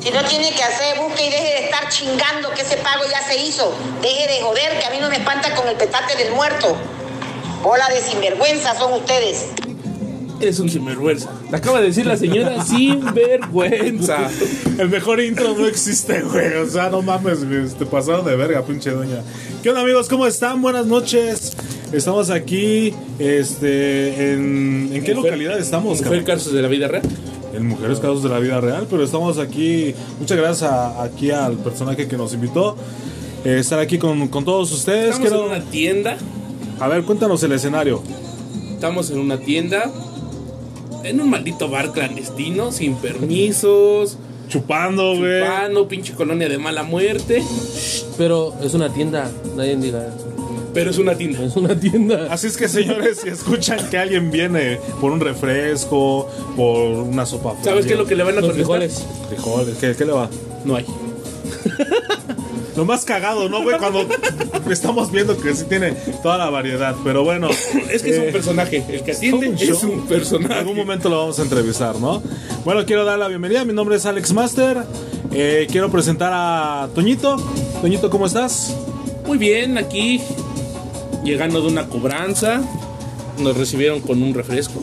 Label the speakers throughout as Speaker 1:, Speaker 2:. Speaker 1: Si no tiene que hacer, busque y deje de estar chingando que ese pago ya se hizo. Deje de joder, que a mí no me espanta con el petate del muerto. Bola de sinvergüenza son ustedes.
Speaker 2: Eres un sinvergüenza. Te acaba de decir la señora sinvergüenza.
Speaker 3: El mejor intro no existe, güey. O sea, no mames, güey. Te pasaron de verga, pinche doña. ¿Qué onda, amigos? ¿Cómo están? Buenas noches. Estamos aquí, este, en... ¿En qué
Speaker 2: Mujer-
Speaker 3: localidad estamos,
Speaker 2: Fue el caso de la vida real.
Speaker 3: en Mujeres Casos de la Vida Real, pero estamos aquí. Muchas gracias a- aquí al personaje que nos invitó. eh, estar aquí con, con todos ustedes.
Speaker 2: Estamos en
Speaker 3: Quiero-
Speaker 2: una tienda.
Speaker 3: A ver, cuéntanos el escenario.
Speaker 2: Estamos en una tienda. En un maldito bar clandestino, sin permisos.
Speaker 3: Chupando, güey.
Speaker 2: Chupano, pinche colonia de mala muerte.
Speaker 4: Pero es una tienda, nadie diga.
Speaker 2: Pero es una tienda.
Speaker 4: Es una tienda.
Speaker 3: Así es que, señores, si escuchan que alguien viene por un refresco, por una sopa fría.
Speaker 2: ¿Sabes qué es lo que le van a
Speaker 4: Los
Speaker 2: contestar?
Speaker 4: frijoles.
Speaker 3: Frijoles, ¿qué, qué le va?
Speaker 2: No hay.
Speaker 3: Lo más cagado, ¿no, güey? Cuando estamos viendo que sí tiene toda la variedad. Pero bueno.
Speaker 2: Es que es
Speaker 3: eh,
Speaker 2: un personaje. El que atiende
Speaker 3: Son
Speaker 2: es
Speaker 3: show.
Speaker 2: un
Speaker 3: En
Speaker 2: personaje.
Speaker 3: algún momento lo vamos a entrevistar, ¿no? Bueno, quiero dar la bienvenida. Mi nombre es Alex Master. Eh, quiero presentar a Toñito. Toñito, ¿cómo estás?
Speaker 2: Muy bien, aquí llegando de una cobranza. Nos recibieron con un refresco.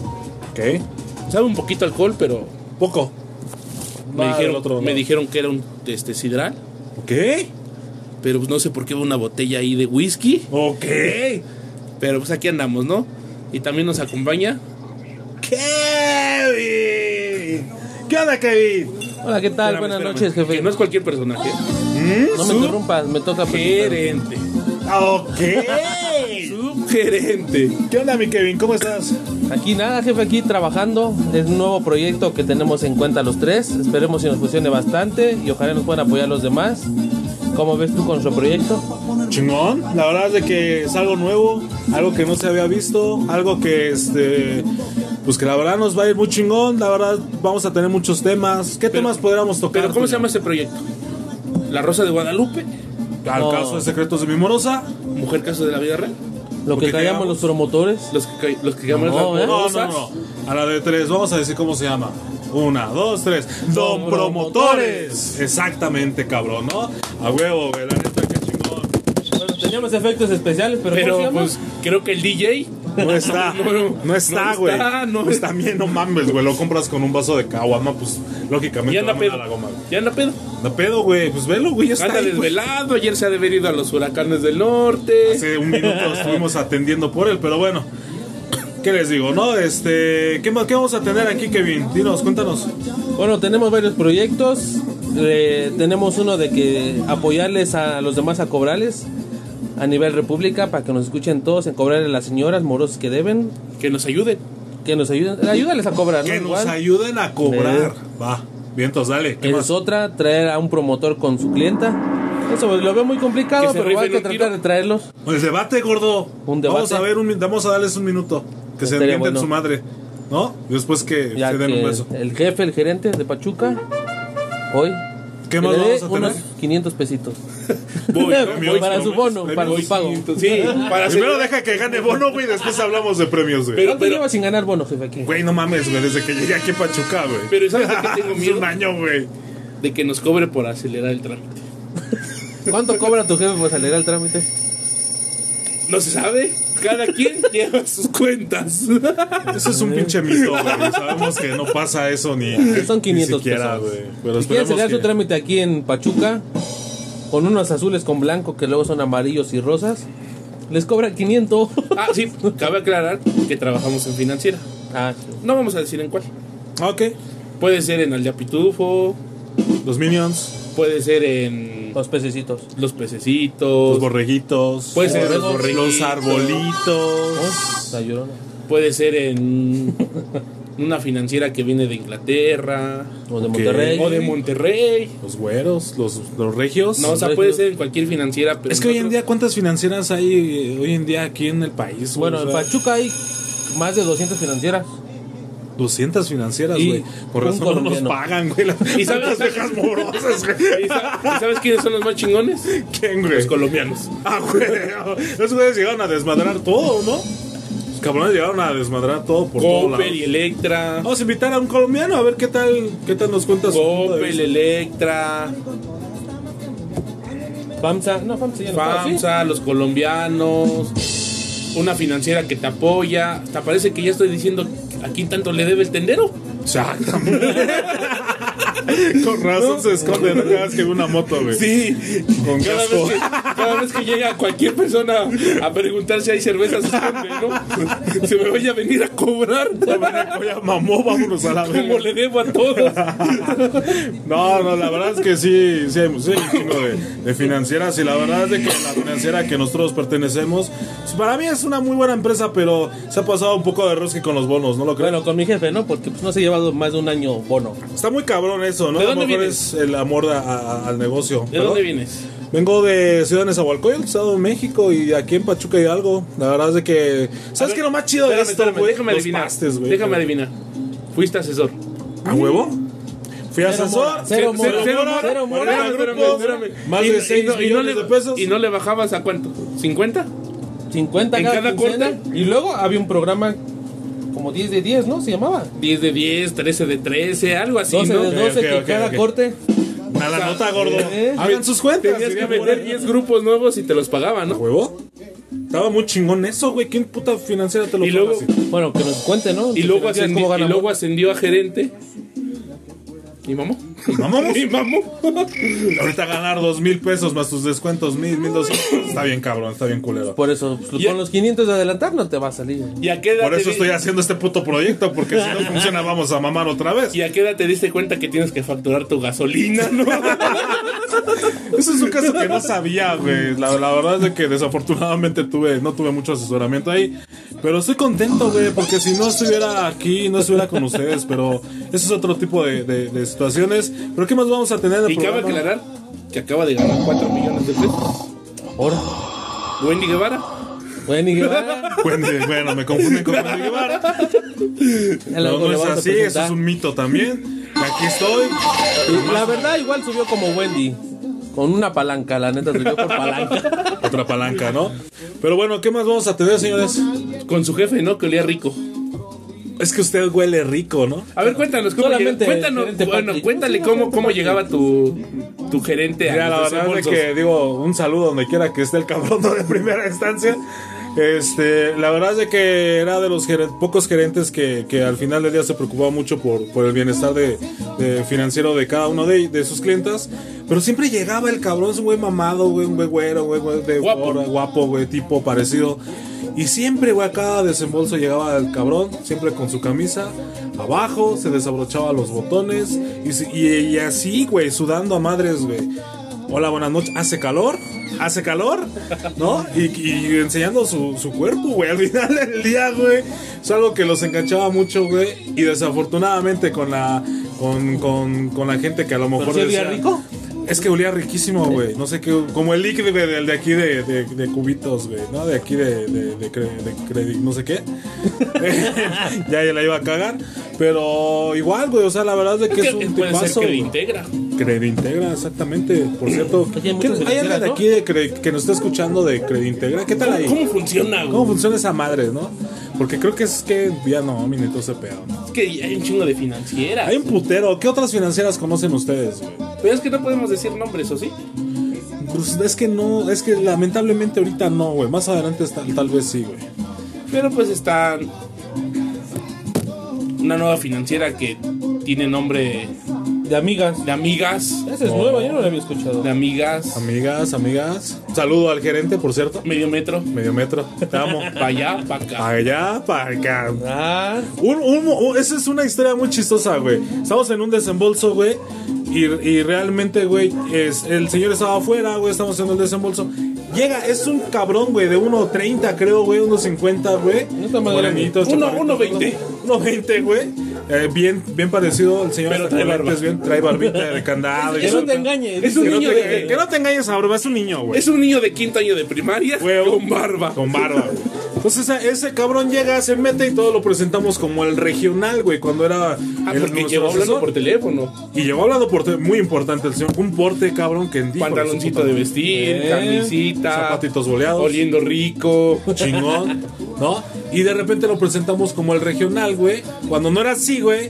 Speaker 3: Ok.
Speaker 2: Sabe un poquito alcohol, pero
Speaker 3: Poco.
Speaker 2: me
Speaker 3: Va
Speaker 2: dijeron,
Speaker 3: del otro
Speaker 2: me
Speaker 3: lado.
Speaker 2: dijeron que era un este, sidral.
Speaker 3: ¿Qué?
Speaker 2: Pero pues, no sé por qué va una botella ahí de whisky.
Speaker 3: ¿Ok? ¿Qué?
Speaker 2: Pero pues aquí andamos, ¿no? Y también nos acompaña.
Speaker 3: Kevin. ¿Qué onda, Kevin?
Speaker 4: Hola, ¿qué tal?
Speaker 2: Espérame,
Speaker 4: Buenas
Speaker 2: espérame,
Speaker 4: noches, jefe.
Speaker 2: Que no es cualquier personaje.
Speaker 3: ¿Mm?
Speaker 4: No me
Speaker 3: ¿Su? Ah,
Speaker 4: interrumpas, me toca presentar.
Speaker 2: Gerente.
Speaker 3: Ok.
Speaker 2: Subgerente.
Speaker 3: ¿Qué onda, mi Kevin? ¿Cómo estás?
Speaker 4: Aquí nada, jefe, aquí trabajando. Es un nuevo proyecto que tenemos en cuenta los tres. Esperemos si nos funcione bastante y ojalá nos puedan apoyar los demás. ¿Cómo ves tú con su proyecto?
Speaker 3: Chingón, la verdad es de que es algo nuevo, algo que no se había visto, algo que este pues que la verdad nos va a ir muy chingón, la verdad vamos a tener muchos temas. ¿Qué temas podríamos tocar?
Speaker 2: Pero ¿cómo se llama
Speaker 3: Toño?
Speaker 2: este proyecto? La Rosa de Guadalupe.
Speaker 3: Al
Speaker 4: No.
Speaker 3: caso de secretos de mi morosa.
Speaker 2: Mujer caso de la vida real.
Speaker 4: Lo
Speaker 3: Porque
Speaker 4: que callamos
Speaker 3: digamos-
Speaker 4: los promotores.
Speaker 2: Los que, ca- los que llaman
Speaker 4: No,
Speaker 2: las
Speaker 4: ¿eh?
Speaker 3: No, no,
Speaker 2: famosas.
Speaker 3: no. A la de tres, vamos a decir cómo se llama. Una, dos, tres. Don,
Speaker 4: Don
Speaker 3: Promotores.
Speaker 4: Promotores.
Speaker 3: Exactamente, cabrón, ¿no? A huevo, güey, la neta, qué chingón.
Speaker 4: Bueno, teníamos efectos especiales, pero, ¿cómo se
Speaker 2: Pero
Speaker 4: llama?
Speaker 2: pues creo que el DJ.
Speaker 3: No está,
Speaker 2: No, no,
Speaker 3: no está,
Speaker 2: no
Speaker 3: güey.
Speaker 2: está, no.
Speaker 3: Pues también no mames, güey. Lo compras con un vaso de caguama, pues lógicamente
Speaker 2: Ya anda
Speaker 3: van a
Speaker 2: pedo.
Speaker 3: la goma, güey.
Speaker 2: Ya anda pedo.
Speaker 3: No pedo, güey. Pues velo, güey. Ya está.
Speaker 2: Anda
Speaker 3: ahí, güey.
Speaker 2: desvelado. Ayer se ha devenido a los huracanes del norte.
Speaker 3: Hace un minuto estuvimos atendiendo por él, pero bueno. ¿Qué les digo, no? Este. ¿Qué, más- qué vamos a tener aquí, Kevin? Dinos, cuéntanos.
Speaker 4: Bueno, tenemos varios proyectos. Eh, tenemos uno de que apoyarles a los demás a cobrarles a nivel república para que nos escuchen todos en cobrarle a las señoras moros que deben,
Speaker 2: Que nos ayuden.
Speaker 4: que nos ayuden, ayúdales a cobrar. ¿no?
Speaker 3: Que nos
Speaker 4: Igual.
Speaker 3: ayuden a cobrar. Va. Vientos, dale. ¿Qué
Speaker 4: Es
Speaker 3: más?
Speaker 4: otra, traer a un promotor con su clienta. Eso pues, lo veo muy
Speaker 2: Que
Speaker 4: complicado,
Speaker 2: se
Speaker 4: pero igual hay
Speaker 2: rifen
Speaker 4: que
Speaker 2: un
Speaker 4: tratar
Speaker 2: tiro.
Speaker 4: de traerlos.
Speaker 3: El debate, gordo.
Speaker 4: Un debate.
Speaker 3: Vamos a ver, un, min- vamos a darles un minuto. Que se
Speaker 4: Estaría
Speaker 3: entiendan
Speaker 4: bueno.
Speaker 3: su madre. ¿No? Y Después que
Speaker 4: Ya
Speaker 3: se den
Speaker 4: que
Speaker 3: un beso.
Speaker 4: el jefe, el gerente de Pachuca, hoy.
Speaker 3: ¿Qué
Speaker 4: que
Speaker 3: más
Speaker 4: le dé
Speaker 3: vamos a tener?
Speaker 4: unos 500 pesitos.
Speaker 2: Voy, voy,
Speaker 4: para
Speaker 3: no
Speaker 4: su
Speaker 3: manches,
Speaker 4: bono,
Speaker 3: voy,
Speaker 4: para
Speaker 3: voy,
Speaker 4: su pago.
Speaker 2: Sí, para
Speaker 3: Primero
Speaker 2: celebrar-
Speaker 3: deja que gane bono, güey. Después hablamos de premios, güey.
Speaker 2: Pero-
Speaker 4: ¿Cuánto llevas sin ganar bono, jefe? Aquí?
Speaker 3: Güey, no mames, güey, desde que llegué aquí a Pachuca, güey.
Speaker 2: Pero ¿sabes de qué tengo
Speaker 3: Es
Speaker 2: miedo?
Speaker 3: un año, güey.
Speaker 2: de que nos cobre por acelerar el trámite.
Speaker 4: ¿Cuánto cobra tu jefe por salir al trámite?
Speaker 2: No se sabe. Cada quien lleva sus cuentas.
Speaker 3: Eso es un pinche mito, güey. Sabemos que no pasa eso ni.
Speaker 4: Son 500
Speaker 3: ni siquiera,
Speaker 4: pesos.
Speaker 3: güey. Pero
Speaker 4: Si quieren
Speaker 3: esperemos
Speaker 4: sacar su
Speaker 3: que...
Speaker 4: trámite aquí en Pachuca, con unos azules con blanco que luego son amarillos y rosas, les cobran 500.
Speaker 2: Ah, sí, cabe aclarar que trabajamos en financiera.
Speaker 4: ah,
Speaker 2: No vamos a decir en cuál.
Speaker 3: Ah, Ok.
Speaker 2: Puede ser en Aldea Pitufo,
Speaker 3: Los minions,
Speaker 2: puede ser en
Speaker 4: los pececitos.
Speaker 2: Los
Speaker 3: los
Speaker 2: Pececitos,
Speaker 3: borreguitos.
Speaker 2: Puede ser
Speaker 3: los
Speaker 2: los borreguitos.
Speaker 3: Los arbolitos.
Speaker 4: La llorona.
Speaker 2: puede ser en una financiera que viene de Inglaterra
Speaker 4: O de
Speaker 3: Ok.
Speaker 4: Monterrey.
Speaker 2: o de Monterrey.
Speaker 3: Los güeros, los, los regios.
Speaker 2: No, o sea, puede ser en cualquier financiera. Pero
Speaker 3: Es que hoy en
Speaker 2: nosotros-
Speaker 3: día, ¿cuántas financieras hay eh, hoy en día aquí en el país? güey?
Speaker 4: Bueno,
Speaker 3: O
Speaker 4: en
Speaker 3: sea,
Speaker 4: Pachuca hay más de 200 financieras.
Speaker 3: 200 financieras,
Speaker 4: Y
Speaker 3: güey. Por
Speaker 4: un
Speaker 3: razón no nos
Speaker 4: colombiano.
Speaker 3: pagan, güey. Las,
Speaker 2: ¿Y sabes-
Speaker 3: las viejas morosas, güey.
Speaker 2: ¿Y sa- y sabes quiénes son los más chingones?
Speaker 3: ¿Quién, güey?
Speaker 2: Los colombianos.
Speaker 3: Ah, güey. Los güeyes llegaron a desmadrar todo, ¿no? cabrones llegaron a desmadrar todo por todo lado.
Speaker 2: Coppel y Electra.
Speaker 3: Vamos a invitar a un colombiano a ver qué tal, qué tal nos cuentas.
Speaker 2: Coppel, Electra,
Speaker 4: FAMSA, no, FAMSA ya no estaba, ¿sí?
Speaker 2: FAMSA, los colombianos, una financiera que te apoya. Hasta parece que ya estoy diciendo a quién tanto le debe el tendero.
Speaker 3: Exactamente. Con razón se esconden cada vez que ve una moto, güey.
Speaker 2: Sí,
Speaker 3: Con
Speaker 2: cada vez,
Speaker 3: casco.
Speaker 2: que, cada vez que llega cualquier persona a preguntar si hay cerveza, se esconde, ¿no? Se me vaya a venir a cobrar
Speaker 3: Oye, mamó, vámonos a la
Speaker 2: como
Speaker 3: verga.
Speaker 2: le debo a todos.
Speaker 3: No, no, la verdad es que sí, sí hay, sí hay un chingo de, de financieras y la verdad es de que la financiera que nosotros pertenecemos, pues, para mí es una muy buena empresa, pero se ha pasado un poco de rosque con los bonos, ¿no lo creo?
Speaker 4: Bueno, con mi jefe, ¿no? Porque pues, no se ha llevado más de un año bono.
Speaker 3: Está muy cabrón eso, ¿no?
Speaker 2: ¿De
Speaker 3: A lo
Speaker 2: dónde
Speaker 3: mejor
Speaker 2: vienes?
Speaker 3: es el amor a- a- al negocio.
Speaker 2: ¿De
Speaker 3: ¿Perdón?
Speaker 2: dónde vienes?
Speaker 3: Vengo de Ciudad de Nezahualcóyotl, Estado de México y aquí en Pachuca hay algo. La verdad es de que... ¿Sabes qué es lo más chido de
Speaker 2: Espérame,
Speaker 3: esto,
Speaker 2: espérame,
Speaker 3: güey?
Speaker 2: déjame
Speaker 3: Los
Speaker 2: adivinar.
Speaker 3: pastes, güey.
Speaker 2: déjame adivinar. Fuiste asesor.
Speaker 3: ¿A huevo? Fui asesor.
Speaker 4: mora, cero
Speaker 3: ce-
Speaker 4: mora,
Speaker 3: cero mora,
Speaker 4: cero mora,
Speaker 3: era
Speaker 4: cero
Speaker 3: grupo,
Speaker 2: espérame.
Speaker 3: Más
Speaker 2: Y-
Speaker 3: de
Speaker 2: y
Speaker 3: 6
Speaker 2: no- y no
Speaker 3: millones
Speaker 2: le-
Speaker 3: de pesos.
Speaker 2: ¿Y no le bajabas a cuánto? ¿50?
Speaker 4: 50
Speaker 2: ¿En cada
Speaker 4: quincena.
Speaker 2: corte?
Speaker 4: Y luego había un programa como 10 de 10, ¿no? Se llamaba.
Speaker 2: 10 de 10, 13 de 13, algo así,
Speaker 4: 12
Speaker 2: ¿no?
Speaker 4: de 12,
Speaker 3: Ok, ok,
Speaker 4: que
Speaker 3: ok,
Speaker 4: cada
Speaker 3: ok.
Speaker 4: corte.
Speaker 3: A la nota, gordo.
Speaker 4: ¿Eh?
Speaker 3: Hagan sus cuentas.
Speaker 2: Tenías que
Speaker 3: diría
Speaker 2: vender
Speaker 3: Moreno.
Speaker 2: 10 grupos nuevos y te los pagaban,
Speaker 3: ¿A
Speaker 2: ¿no?
Speaker 3: huevo? Estaba muy chingón eso, güey. ¿Quién puta financiera te lo
Speaker 2: Y
Speaker 3: pone
Speaker 2: luego-
Speaker 3: así?
Speaker 4: Bueno, que nos cuente, ¿no?
Speaker 2: Y
Speaker 4: Que
Speaker 2: luego,
Speaker 4: nos digas
Speaker 2: ascendi-
Speaker 4: cómo
Speaker 2: y
Speaker 4: gana
Speaker 2: luego
Speaker 4: Mora.
Speaker 2: ascendió a gerente. ¿Y mamó?
Speaker 3: Vamos.
Speaker 2: ¿Y mamó?
Speaker 3: Ahorita ganar dos mil pesos más tus descuentos, mil, mil doscientos. Está bien, cabrón. Está bien culero.
Speaker 4: Por eso, pues,
Speaker 2: Ya-
Speaker 4: con los 500 de adelantar no te va a salir.
Speaker 2: ¿Y a qué edad
Speaker 3: Por
Speaker 2: te
Speaker 3: eso
Speaker 2: di-
Speaker 3: estoy haciendo este puto proyecto, porque si no funciona vamos a mamar otra vez.
Speaker 2: ¿Y a qué edad te diste cuenta que tienes que facturar tu gasolina, no?
Speaker 3: Eso es un caso que no sabía, güey. La, la verdad es de que desafortunadamente tuve, no tuve mucho asesoramiento ahí. Pero estoy contento, güey, porque si no estuviera aquí, no estuviera con ustedes. Pero eso es otro tipo de, de- de situaciones. Pero ¿qué más vamos a tener en el
Speaker 2: Y cabe
Speaker 3: programa?
Speaker 2: aclarar que acaba de ganar 4 millones de pesos.
Speaker 4: Ahora,
Speaker 2: Wendy Guevara.
Speaker 4: bueno, y Guevara,
Speaker 3: Bueno, bueno, me confunden con Wendy Guevara.
Speaker 4: ya
Speaker 3: No,
Speaker 4: luego
Speaker 3: no
Speaker 4: le
Speaker 3: es
Speaker 4: vamos a
Speaker 3: así, eso
Speaker 4: presentar.
Speaker 3: es un mito también. Y Aquí estoy.
Speaker 4: Y La verdad, igual subió como Wendy. Con una palanca, la neta subió por palanca.
Speaker 3: Otra palanca, ¿no? Pero bueno, ¿qué más vamos a tener, señores?
Speaker 2: Con su jefe, ¿no? Que olía rico.
Speaker 3: Es que usted huele rico, ¿no?
Speaker 2: A ver, cuéntanos, ¿cómo llega-
Speaker 4: Solamente
Speaker 2: cuéntanos,
Speaker 4: gerente
Speaker 2: bueno,
Speaker 4: Patrick.
Speaker 2: cuéntale cómo, cómo llegaba tu, tu gerente
Speaker 3: Mira,
Speaker 2: a
Speaker 3: la
Speaker 2: los
Speaker 3: verdad es
Speaker 2: desembolsos.
Speaker 3: que digo, un saludo donde quiera que esté el cabrón ¿no? de primera instancia. Este, la verdad es de que era de los geren- pocos gerentes que, que al final del día se preocupaba mucho por, por el bienestar de, de financiero de cada uno de, de sus clientas. Pero siempre llegaba el cabrón, es un güey mamado, güey, un güey güero, güey, güey de
Speaker 2: Guapo.
Speaker 3: gorra, guapo, güey, tipo parecido. Y siempre, güey, a cada desembolso llegaba el cabrón, siempre con su camisa abajo, se desabrochaba los botones y, se- y- y así, güey, sudando a madres, güey. Hola, buenas noches. ¿Hace calor? ¿Hace calor? ¿No? Y, y enseñando su, su cuerpo, güey, al final del día, güey. Es algo que los enganchaba mucho, güey. Y desafortunadamente con la, con, con- con la gente que a lo mejor...
Speaker 4: sí
Speaker 3: decía-
Speaker 4: olía rico?
Speaker 3: es que olía riquísimo, güey. No sé qué. Como el líquido güey, del de aquí de, de- de cubitos, güey. ¿No? De aquí de, de, de cre- de cre- no sé qué. ya, ya la iba a cagar. Pero igual, güey. O sea, la verdad es de que es
Speaker 2: Que- que
Speaker 3: un
Speaker 2: puede
Speaker 3: tipazo.
Speaker 2: ser que lo
Speaker 3: güey.
Speaker 2: integra.
Speaker 3: Credintegra, exactamente. Por cierto,
Speaker 2: pues,
Speaker 4: Oye, hay muchas
Speaker 3: ¿quién- ¿hay alguien
Speaker 4: financieras,
Speaker 3: de
Speaker 4: ¿no?
Speaker 3: aquí de Cre- que nos está escuchando de Credintegra? ¿Qué tal ahí?
Speaker 2: ¿Cómo funciona, güey?
Speaker 3: ¿Cómo funciona esa madre, no? Porque creo que es que ya no, mi neto se pedo. ¿no?
Speaker 2: Es que hay un chingo de financieras.
Speaker 3: Hay un putero. ¿Qué otras financieras conocen ustedes, güey?
Speaker 2: Pero es que no podemos decir nombres, ¿o sí?
Speaker 3: Pues es que no, es que lamentablemente ahorita no, güey. Más adelante está- tal vez sí, güey.
Speaker 2: Pero pues está una nueva financiera que tiene nombre
Speaker 4: De amigas.
Speaker 2: de amigas.
Speaker 4: Esa es nueva, yo no la había escuchado.
Speaker 2: De amigas.
Speaker 3: Amigas, amigas. Saludo al gerente, por cierto.
Speaker 2: Medio metro.
Speaker 3: Medio metro. Te amo.
Speaker 2: Para allá, para acá.
Speaker 3: Pa' allá, para acá.
Speaker 4: Ah,
Speaker 3: Un, un- un- esa es una historia muy chistosa, güey. Estamos en un desembolso, güey. Y, y realmente, güey, es, el señor estaba afuera, güey. Estamos en el desembolso. Llega, es un cabrón, güey, de 1.30, creo, güey, 1.50, güey.
Speaker 4: No está mal
Speaker 3: Morenito,
Speaker 2: grande. Uno-
Speaker 3: chaparrito,
Speaker 2: 1.20.
Speaker 3: 1.20, güey. Eh, bien, bien parecido el señor.
Speaker 2: Pero
Speaker 3: hasta
Speaker 2: trae
Speaker 3: con
Speaker 2: barba.
Speaker 3: lentes, bien, trae barbita de candado. y
Speaker 4: que
Speaker 3: eso.
Speaker 4: no te engañes.
Speaker 2: Es un
Speaker 3: Que no
Speaker 2: niño
Speaker 3: te-
Speaker 2: de-
Speaker 3: Que no te engañes, ahora es un niño, güey.
Speaker 2: Es un niño de quinto año de primaria
Speaker 3: Huevo.
Speaker 2: con barba.
Speaker 3: Con barba. güey. Entonces esa- ese cabrón llega, se mete y todo lo presentamos como el regional, güey, cuando era...
Speaker 2: Ah,
Speaker 3: el-
Speaker 2: porque
Speaker 3: nuestro
Speaker 2: llegó hablando
Speaker 3: asesor.
Speaker 2: por teléfono.
Speaker 3: Y llegó hablando por... te- Muy importante el señor. Un porte, cabrón, que... hijo
Speaker 2: Pantaloncito
Speaker 3: su
Speaker 2: de
Speaker 3: puta-
Speaker 2: vestir,
Speaker 3: Eh,
Speaker 2: camisita,
Speaker 3: Zapatitos boleados.
Speaker 2: Oliendo rico.
Speaker 3: chingón, ¿no? Y de repente lo presentamos como el regional, güey. Cuando no era así, güey.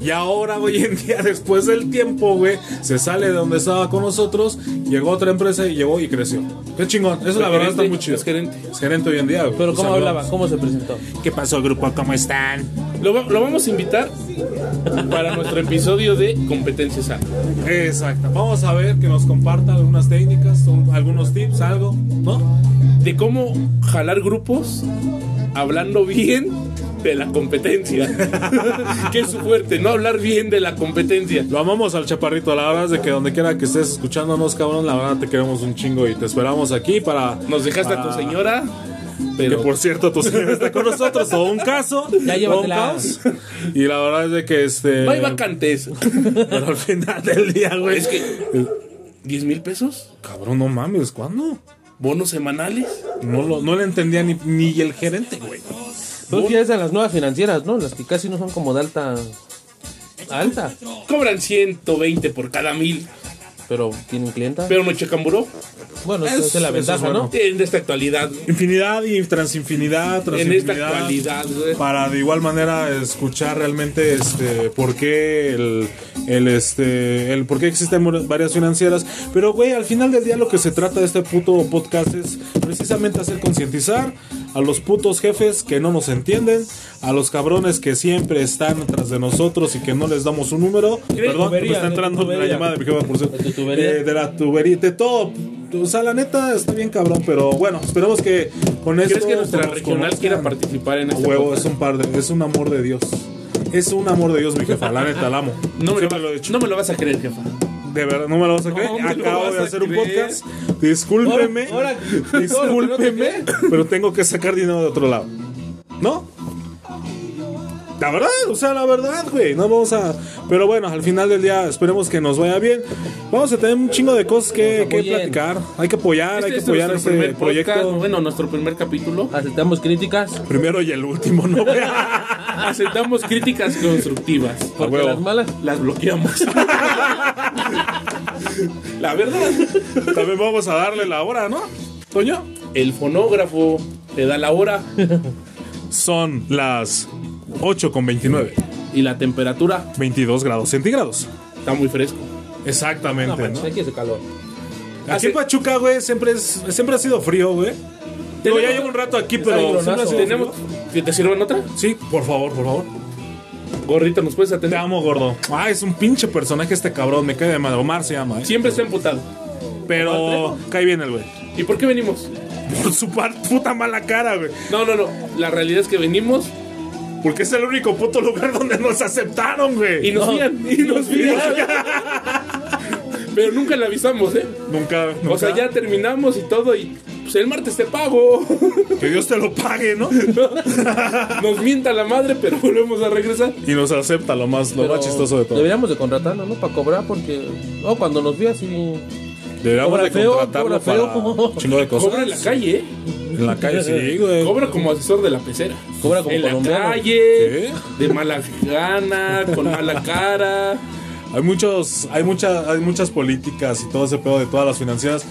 Speaker 3: Y ahora, hoy en día, después del tiempo, güey, se sale de donde estaba con nosotros, llegó a otra empresa y llegó y creció. Qué chingón. Eso, la
Speaker 2: Es Pues
Speaker 3: verdad,
Speaker 2: gerente,
Speaker 3: está muy chido.
Speaker 2: es gerente.
Speaker 3: Es gerente hoy en día, güey.
Speaker 4: Pero
Speaker 3: O sea,
Speaker 4: ¿cómo
Speaker 3: no-
Speaker 4: hablaba? ¿Cómo se presentó?
Speaker 3: ¿Qué pasó, grupo? ¿Cómo están?
Speaker 2: Lo, va- lo vamos a invitar para nuestro episodio de competencia sana.
Speaker 3: Exacto. Vamos a ver que nos comparta algunas técnicas, un- algunos tips, algo, ¿no?
Speaker 2: De cómo jalar grupos hablando bien de la competencia. que es su fuerte, no hablar bien de la competencia.
Speaker 3: Lo amamos al chaparrito, la verdad es de que donde quiera que estés escuchándonos, cabrón, la verdad te queremos un chingo y te esperamos aquí para...
Speaker 2: Nos dejaste a tu
Speaker 3: para-
Speaker 2: señora,
Speaker 3: Ah. Que
Speaker 2: pero
Speaker 3: por cierto, tu señora está con nosotros. Todo un caso.
Speaker 4: Ya
Speaker 3: todo un
Speaker 4: llévatela.
Speaker 3: caos. Y la verdad es de que este.
Speaker 2: no hay vacantes.
Speaker 3: Pero al final del día, Ah, güey.
Speaker 2: Es que- ¿10 mil pesos?
Speaker 3: Cabrón, no mames, ¿cuándo?
Speaker 2: ¿Bonos semanales?
Speaker 3: No, lo, no le entendía ni, ni el gerente, güey.
Speaker 4: Tú quieres a las nuevas financieras, ¿no? Las que casi no son como de alta. Alta.
Speaker 2: Cobran 120 por cada mil,
Speaker 4: Pero tienen clienta.
Speaker 2: pero no checan buró.
Speaker 4: bueno,
Speaker 3: Eso-
Speaker 4: esa es la
Speaker 3: eso es
Speaker 4: ventaja,
Speaker 3: bueno.
Speaker 4: ¿no?
Speaker 2: En esta actualidad,
Speaker 3: Infinidad y transinfinidad,
Speaker 2: en esta
Speaker 3: transinfinidad.
Speaker 2: actualidad, güey.
Speaker 3: Para de igual manera escuchar realmente este por qué el, el, este el por qué existen mu- varias financieras. Pero güey, al final del día lo que se trata de este puto podcast es precisamente hacer concientizar a los putos jefes que no nos entienden, a los cabrones que siempre están atrás de nosotros y que no les damos un número.
Speaker 4: ¿Qué
Speaker 3: Perdón,
Speaker 4: tubería?
Speaker 3: me está
Speaker 4: ¿De
Speaker 2: eh,
Speaker 3: entrando la
Speaker 4: tubería?
Speaker 3: llamada de mi jefa, por cierto.
Speaker 4: ¿De tu tubería?
Speaker 3: Eh, de la tubería, de todo. O sea, la neta está bien cabrón, pero bueno, esperemos que con esto
Speaker 2: ¿Crees que nuestra
Speaker 3: nos
Speaker 2: regional quiera
Speaker 3: conozcan.
Speaker 2: participar en
Speaker 3: A
Speaker 2: este
Speaker 3: huevo,
Speaker 2: podcast?
Speaker 3: es un par de, es un amor de Dios. Es un amor de Dios, mi jefa. La neta, la amo.
Speaker 2: No me, lo
Speaker 3: Siempre
Speaker 2: va-
Speaker 3: he dicho.
Speaker 2: no me lo vas a creer, jefa. Este
Speaker 3: De verdad, no me lo vas a creer.
Speaker 2: No me lo
Speaker 3: Acabo
Speaker 2: vas
Speaker 3: de
Speaker 2: a
Speaker 3: hacer un
Speaker 2: creer.
Speaker 3: podcast. Discúlpeme.
Speaker 4: Ahora- ahora-
Speaker 3: discúlpeme. pero tengo que sacar dinero de otro lado. ¿No? La verdad, o sea, la verdad, güey. No vamos a. Pero bueno, al final del día esperemos que nos vaya bien. Vamos a tener un chingo de cosas que,
Speaker 4: Nos
Speaker 3: que
Speaker 4: apoyen.
Speaker 3: platicar. Hay que apoyar, hay que
Speaker 2: es
Speaker 3: apoyar
Speaker 2: nuestro
Speaker 3: este
Speaker 2: podcast,
Speaker 3: proyecto.
Speaker 2: bueno, nuestro primer capítulo.
Speaker 4: Aceptamos críticas.
Speaker 3: Primero y el último, ¿no?
Speaker 2: Aceptamos críticas constructivas.
Speaker 4: Porque
Speaker 3: huevo.
Speaker 4: las malas.
Speaker 2: Las bloqueamos. La verdad.
Speaker 3: También vamos a darle la hora, ¿no? Toño.
Speaker 2: El fonógrafo te da la hora
Speaker 3: Son las 8 con 29.
Speaker 2: y la temperatura
Speaker 3: 22 grados centígrados.
Speaker 2: está muy fresco.
Speaker 4: No,
Speaker 3: Exactamente.
Speaker 4: manches, aquí hace calor.
Speaker 3: Aquí en Pachuca, güey, siempre, es, siempre ha sido frío, güey. Digo, ya llevo un rato aquí,
Speaker 4: Está
Speaker 3: pero.
Speaker 4: lloronazo.
Speaker 3: siempre ha sido
Speaker 2: ¿Tenemos
Speaker 3: frío.
Speaker 2: que te sirvan otra?
Speaker 3: Sí, por favor, por favor.
Speaker 2: Gorrito, ¿nos puedes
Speaker 3: Te
Speaker 2: atender?
Speaker 3: amo, gordo. Ah, es un pinche personaje este cabrón. Me cae de madre. Omar se llama, ¿eh?
Speaker 2: Siempre está emputado.
Speaker 3: Pero cae bien el güey.
Speaker 2: ¿Y por qué venimos?
Speaker 3: Por su par- puta mala cara, güey.
Speaker 2: No, no, no. La realidad es que venimos
Speaker 3: Porque es el único puto lugar donde nos aceptaron, güey.
Speaker 2: y nos fían. Y nos fían. Pero nunca le avisamos, ¿eh?
Speaker 3: Nunca, nunca.
Speaker 2: O sea, ya terminamos y todo y pues el martes te pago.
Speaker 3: Que Dios te lo pague, ¿no?
Speaker 2: Nos mienta la madre, pero volvemos a regresar.
Speaker 3: Y nos acepta lo más, lo
Speaker 4: Pero
Speaker 3: más chistoso de todo.
Speaker 4: Deberíamos de contratarlo, ¿no? Para cobrar, porque. Oh, cuando nos vi así.
Speaker 3: Deberíamos
Speaker 4: cobra
Speaker 3: de
Speaker 4: feo,
Speaker 3: contratarlo
Speaker 4: cobra feo.
Speaker 3: para un chingo de cosas.
Speaker 2: Cobra en la calle, ¿eh?
Speaker 3: En la calle, sí, güey.
Speaker 2: Cobra como asesor de la pecera.
Speaker 4: Cobra como
Speaker 2: En la
Speaker 4: colombiano.
Speaker 2: calle,
Speaker 3: ¿Qué?
Speaker 2: de mala gana, con mala cara.
Speaker 3: Hay muchos, hay muchas, hay muchas políticas y todo ese pedo de todas las financieras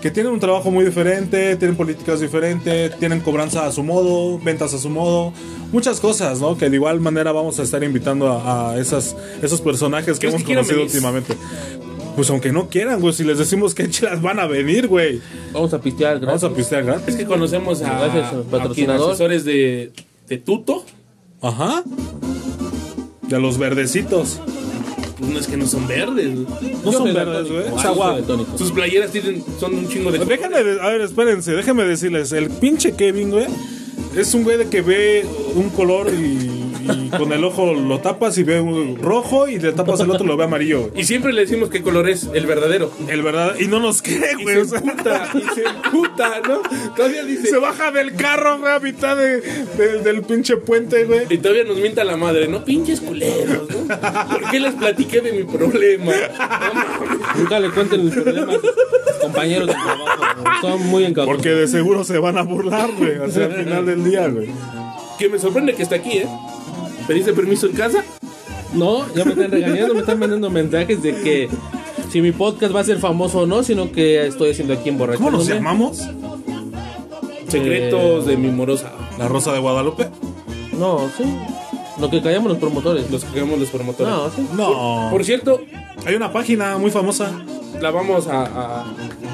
Speaker 3: que tienen un trabajo muy diferente, tienen políticas diferentes, tienen cobranza a su modo, ventas a su modo, muchas cosas, ¿no? Que de igual manera vamos a estar invitando a, a esas, esos personajes que
Speaker 2: ¿Crees
Speaker 3: hemos
Speaker 2: que quieran
Speaker 3: conocido
Speaker 2: venir?
Speaker 3: últimamente. Pues aunque no quieran, güey, si les decimos que chidas van a venir, güey.
Speaker 4: Vamos a pistear,
Speaker 3: Vamos
Speaker 4: gracias.
Speaker 3: a pistear gratis.
Speaker 2: Es que conocemos Ah, a,
Speaker 4: Gracias,
Speaker 2: a
Speaker 4: patrocinador.
Speaker 2: quien asesores de, de Tuto.
Speaker 3: Ajá. De a los verdecitos.
Speaker 2: Pues no es que no son verdes.
Speaker 3: No
Speaker 4: Yo
Speaker 3: son
Speaker 4: soy
Speaker 3: verdes,
Speaker 4: daltónico.
Speaker 3: güey.
Speaker 4: Ah,
Speaker 3: Es
Speaker 4: yo
Speaker 3: agua.
Speaker 4: soy daltónico.
Speaker 2: Sus playeras tienen, son un chingo de.
Speaker 3: Déjenme, Pues de- a ver, espérense, déjenme decirles, el pinche Kevin, güey, es un güey de que ve un color y, y con el ojo lo tapas y ve un rojo y le tapas el otro y lo ve amarillo, güey.
Speaker 2: Y siempre le decimos qué color es el verdadero.
Speaker 3: El verdad, y no nos cree,
Speaker 2: Y
Speaker 3: güey.
Speaker 2: se
Speaker 3: o sea,
Speaker 2: emputa, y se emputa, ¿no? Todavía dice.
Speaker 3: se baja del carro, güey, a mitad de- de- del pinche puente, güey.
Speaker 2: Y todavía nos mienta la madre, no pinches culeros, ¿no? ¿Por qué les platiqué de mi problema? No mames.
Speaker 4: Nunca le cuenten el problema a sus compañeros de trabajo. Son muy encauzados.
Speaker 3: Porque de seguro se van a burlar, güey. O sea, al final del día, güey.
Speaker 2: Que me sorprende que está aquí, ¿eh? ¿Pediste permiso en casa?
Speaker 4: No, ya me están regañando, me están mandando mensajes de que si mi podcast va a ser famoso o no, sino que estoy haciendo aquí en borracho.
Speaker 3: ¿Cómo nos llamamos?
Speaker 2: Secretos de mi morosa.
Speaker 3: La Rosa de Guadalupe.
Speaker 4: No, sí. Lo que callamos los promotores.
Speaker 2: Los que queremos los promotores.
Speaker 4: No, sí.
Speaker 3: No.
Speaker 2: Por cierto,
Speaker 3: Hay una página muy famosa.
Speaker 2: la vamos a. a-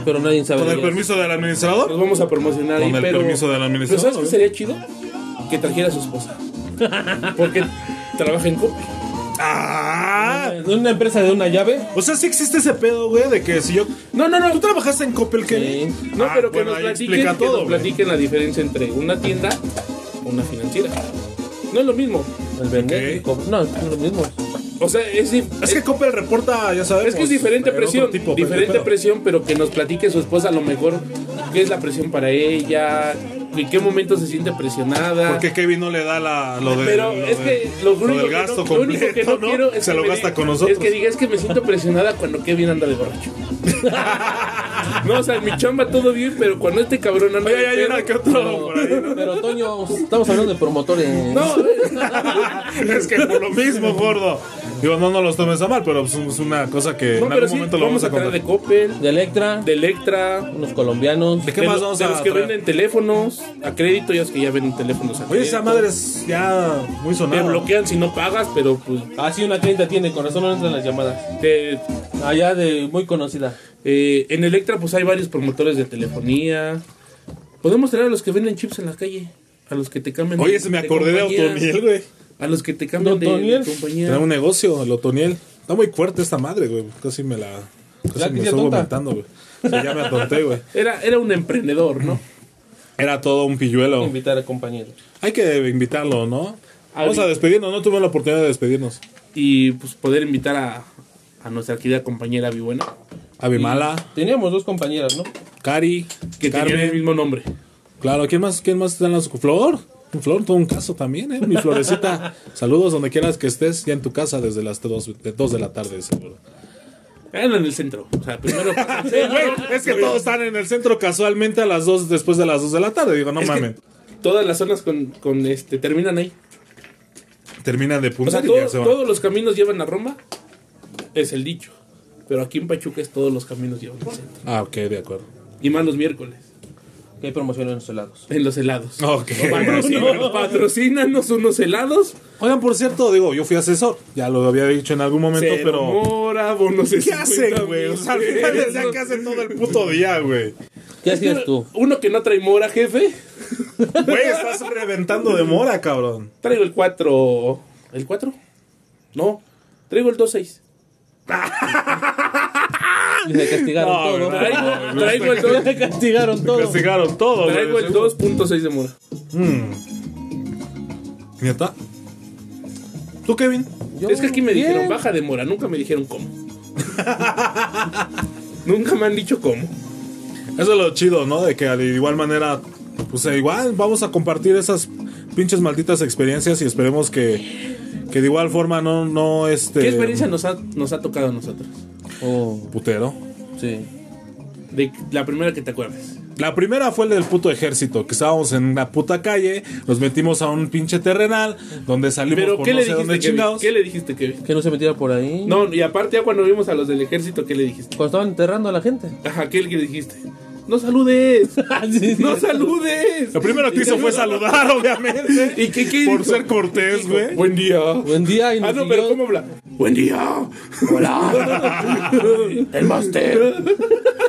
Speaker 4: Pero nadie sabe.
Speaker 3: Con
Speaker 4: de
Speaker 3: el
Speaker 4: ellas.
Speaker 3: permiso del administrador.
Speaker 2: nos vamos a promocionar
Speaker 3: Con
Speaker 2: ahí,
Speaker 3: el
Speaker 2: pero.
Speaker 3: permiso del
Speaker 2: ¿Pero
Speaker 3: administrador.
Speaker 2: sabes qué sería chido? Que trajera a su esposa. Porque trabaja en Coppel.
Speaker 3: Ah.
Speaker 4: De una empresa de una llave.
Speaker 3: O sea, sí existe ese pedo, güey, de que si yo.
Speaker 2: No, no,
Speaker 3: ¿Tú
Speaker 2: no.
Speaker 3: trabajaste en Coppel, Kenny?
Speaker 4: Sí.
Speaker 2: No,
Speaker 3: Ah,
Speaker 2: pero que
Speaker 3: bueno,
Speaker 2: nos
Speaker 3: ahí
Speaker 2: platiquen,
Speaker 3: explica
Speaker 2: que
Speaker 3: todo,
Speaker 2: nos
Speaker 3: güey.
Speaker 2: platiquen la diferencia entre una tienda o una financiera. No es lo mismo.
Speaker 4: El vender. y co- No, es lo mismo.
Speaker 2: O sea, es, di-
Speaker 3: Es que Coppel reporta, ya
Speaker 2: es
Speaker 3: sabes. pues,
Speaker 2: que es diferente presión. diferente presión, pero que nos platique su esposa a lo mejor qué es la presión para ella, en qué momento se siente presionada.
Speaker 3: Porque Kevin no le da la, lo de.
Speaker 2: Pero
Speaker 3: lo
Speaker 2: es
Speaker 3: de-
Speaker 2: que lo
Speaker 3: lo
Speaker 2: único,
Speaker 3: del
Speaker 2: que no-
Speaker 3: gasto
Speaker 2: lo único que
Speaker 3: completo,
Speaker 2: no quiero es
Speaker 3: Se
Speaker 2: que
Speaker 3: lo
Speaker 2: me
Speaker 3: gasta
Speaker 2: diga-
Speaker 3: con nosotros.
Speaker 2: Es que diga, es que me siento presionada cuando Kevin anda de borracho. no, o sea, en mi chamba todo bien, pero cuando este cabrón anda
Speaker 3: Oye,
Speaker 2: de
Speaker 3: hay
Speaker 2: pedo-
Speaker 3: una que otro por ahí, ¿no?
Speaker 4: Pero Toño, estamos hablando de promotores.
Speaker 2: No,
Speaker 3: es que por lo mismo, gordo. Digo, no, no los tomes a mal, pero pues es una cosa que
Speaker 2: no,
Speaker 3: en
Speaker 2: pero
Speaker 3: algún
Speaker 2: sí,
Speaker 3: momento lo
Speaker 2: vamos a traer
Speaker 3: contar.
Speaker 2: de Coppel,
Speaker 4: De Electra,
Speaker 2: de Electra,
Speaker 4: unos colombianos.
Speaker 3: ¿De qué
Speaker 2: de
Speaker 3: más
Speaker 2: los-
Speaker 3: vamos
Speaker 2: de
Speaker 3: a
Speaker 2: los que
Speaker 3: traer?
Speaker 2: venden teléfonos a crédito, ya los que ya venden teléfonos a
Speaker 3: Oye,
Speaker 2: crédito.
Speaker 3: esa madre es ya muy
Speaker 2: Te
Speaker 3: sonada.
Speaker 2: bloquean si no pagas, pero pues
Speaker 4: Ah, sí, una clienta tiene, con razón no entran las llamadas.
Speaker 2: te-
Speaker 4: Allá de muy conocida.
Speaker 2: eh, en Electra pues hay varios promotores de telefonía. Podemos traer a los que venden chips en la calle, a los que te cambian
Speaker 3: Oye, se me acordé de
Speaker 2: compañía,
Speaker 3: Otoniel, güey.
Speaker 2: A los que te cambian de,
Speaker 4: ¿Otoniel?
Speaker 2: de
Speaker 3: Era
Speaker 2: compañía.
Speaker 3: un negocio, el Otoniel. Está muy fuerte esta madre, güey. Casi me la.
Speaker 4: Ya
Speaker 3: Casi me
Speaker 4: quise
Speaker 3: estoy
Speaker 4: tonta.
Speaker 3: vomitando, güey. O sea, ya me atonté, güey.
Speaker 2: Era, era un emprendedor, ¿no?
Speaker 3: Era todo un pilluelo.
Speaker 4: Invitar a compañeros.
Speaker 3: Hay que invitarlo, ¿no?
Speaker 2: Al-
Speaker 3: Vamos a despedirnos, no tuve la oportunidad de despedirnos.
Speaker 2: Y pues poder invitar a, a nuestra querida compañera Vibuena,
Speaker 3: Abimala,
Speaker 4: Teníamos dos compañeras, ¿no?
Speaker 3: Cari,
Speaker 2: que
Speaker 3: Carmen.
Speaker 2: tenía el mismo nombre.
Speaker 3: Claro, ¿quién más, quién más está en las Flor? Flor, todo un caso también, ¿eh? Mi florecita. Saludos donde quieras que estés, ya en tu casa desde las 2 de, dos de la tarde, seguro.
Speaker 2: Era en el centro. O sea, primero pues, pasa el centro.
Speaker 3: es que todos están en el centro casualmente a las 2, después de las 2 de la tarde. Digo, no
Speaker 2: Es que
Speaker 3: mames.
Speaker 2: Todas las zonas con, con este terminan ahí.
Speaker 3: Terminan de
Speaker 2: O sea,
Speaker 3: punta y
Speaker 2: todo-
Speaker 3: ya se van.
Speaker 2: todos los caminos llevan a Roma, es el dicho. Pero aquí en Pachuca es todos los caminos llevan al centro.
Speaker 3: Ah, ok, de acuerdo.
Speaker 2: Y más los miércoles,
Speaker 4: Que hay promoción en los helados.
Speaker 2: en los helados.
Speaker 3: Ok.
Speaker 2: Patrocínanos, patrocínanos unos helados.
Speaker 3: Oigan, por cierto, digo, yo fui asesor. Ya lo había dicho en algún momento,
Speaker 2: Cero
Speaker 3: pero.
Speaker 2: mora, bonos de
Speaker 3: ¿Qué hacen,
Speaker 2: 50
Speaker 3: güey? O sea, al
Speaker 2: mil
Speaker 3: final del día,
Speaker 2: pesos.
Speaker 3: ¿qué hacen todo el puto día, güey?
Speaker 4: ¿Qué hacías tú?
Speaker 2: Uno que no trae mora, jefe.
Speaker 3: Güey, estás reventando de mora, cabrón.
Speaker 2: Traigo el 4. ¿El 4? No. Traigo el 2-6.
Speaker 4: Le castigaron
Speaker 3: No,
Speaker 4: todo.
Speaker 3: ¿verdad?
Speaker 2: Traigo, traigo el 2.
Speaker 4: Le castigaron todo.
Speaker 3: Investigaron todo, güey.
Speaker 2: Traigo el 2.6 de mora.
Speaker 3: ¿Neta? ¿Tú, Kevin?
Speaker 4: Yo,
Speaker 2: es que aquí me
Speaker 4: bien.
Speaker 2: dijeron baja de mora, nunca me dijeron cómo. nunca me han dicho cómo.
Speaker 3: Eso es lo chido, ¿no? De que de igual manera, pues eh, igual vamos a compartir esas pinches malditas experiencias y esperemos que, que de igual forma no, no este...
Speaker 2: ¿Qué experiencia nos ha, nos ha tocado a nosotros?
Speaker 4: Oh,
Speaker 3: Putero.
Speaker 4: sí.
Speaker 2: De la primera que te acuerdas.
Speaker 3: La primera fue el del puto ejército, que estábamos en una puta calle, nos metimos a un pinche terrenal, donde salimos
Speaker 2: ¿Pero
Speaker 3: por
Speaker 2: qué
Speaker 3: no
Speaker 2: le
Speaker 3: sé dónde
Speaker 2: dijiste, Kevin?
Speaker 3: chingados.
Speaker 2: ¿Qué le dijiste, Kevin?
Speaker 4: Que no se metiera por ahí.
Speaker 2: No, y aparte ya cuando vimos a los del ejército, ¿qué le dijiste?
Speaker 4: Cuando estaban enterrando a la gente.
Speaker 2: Ajá, ¿qué le dijiste? ¡No saludes! ¡No saludes!
Speaker 3: Lo primero que hizo fue saludar, obviamente.
Speaker 2: ¿Y qué- qué
Speaker 3: Por
Speaker 2: dijo?
Speaker 3: ser cortés, güey.
Speaker 2: Buen día.
Speaker 4: Buen día y nos
Speaker 2: Ah, no,
Speaker 4: siguió.
Speaker 2: pero ¿cómo habla? Buen día. Hola. El máster.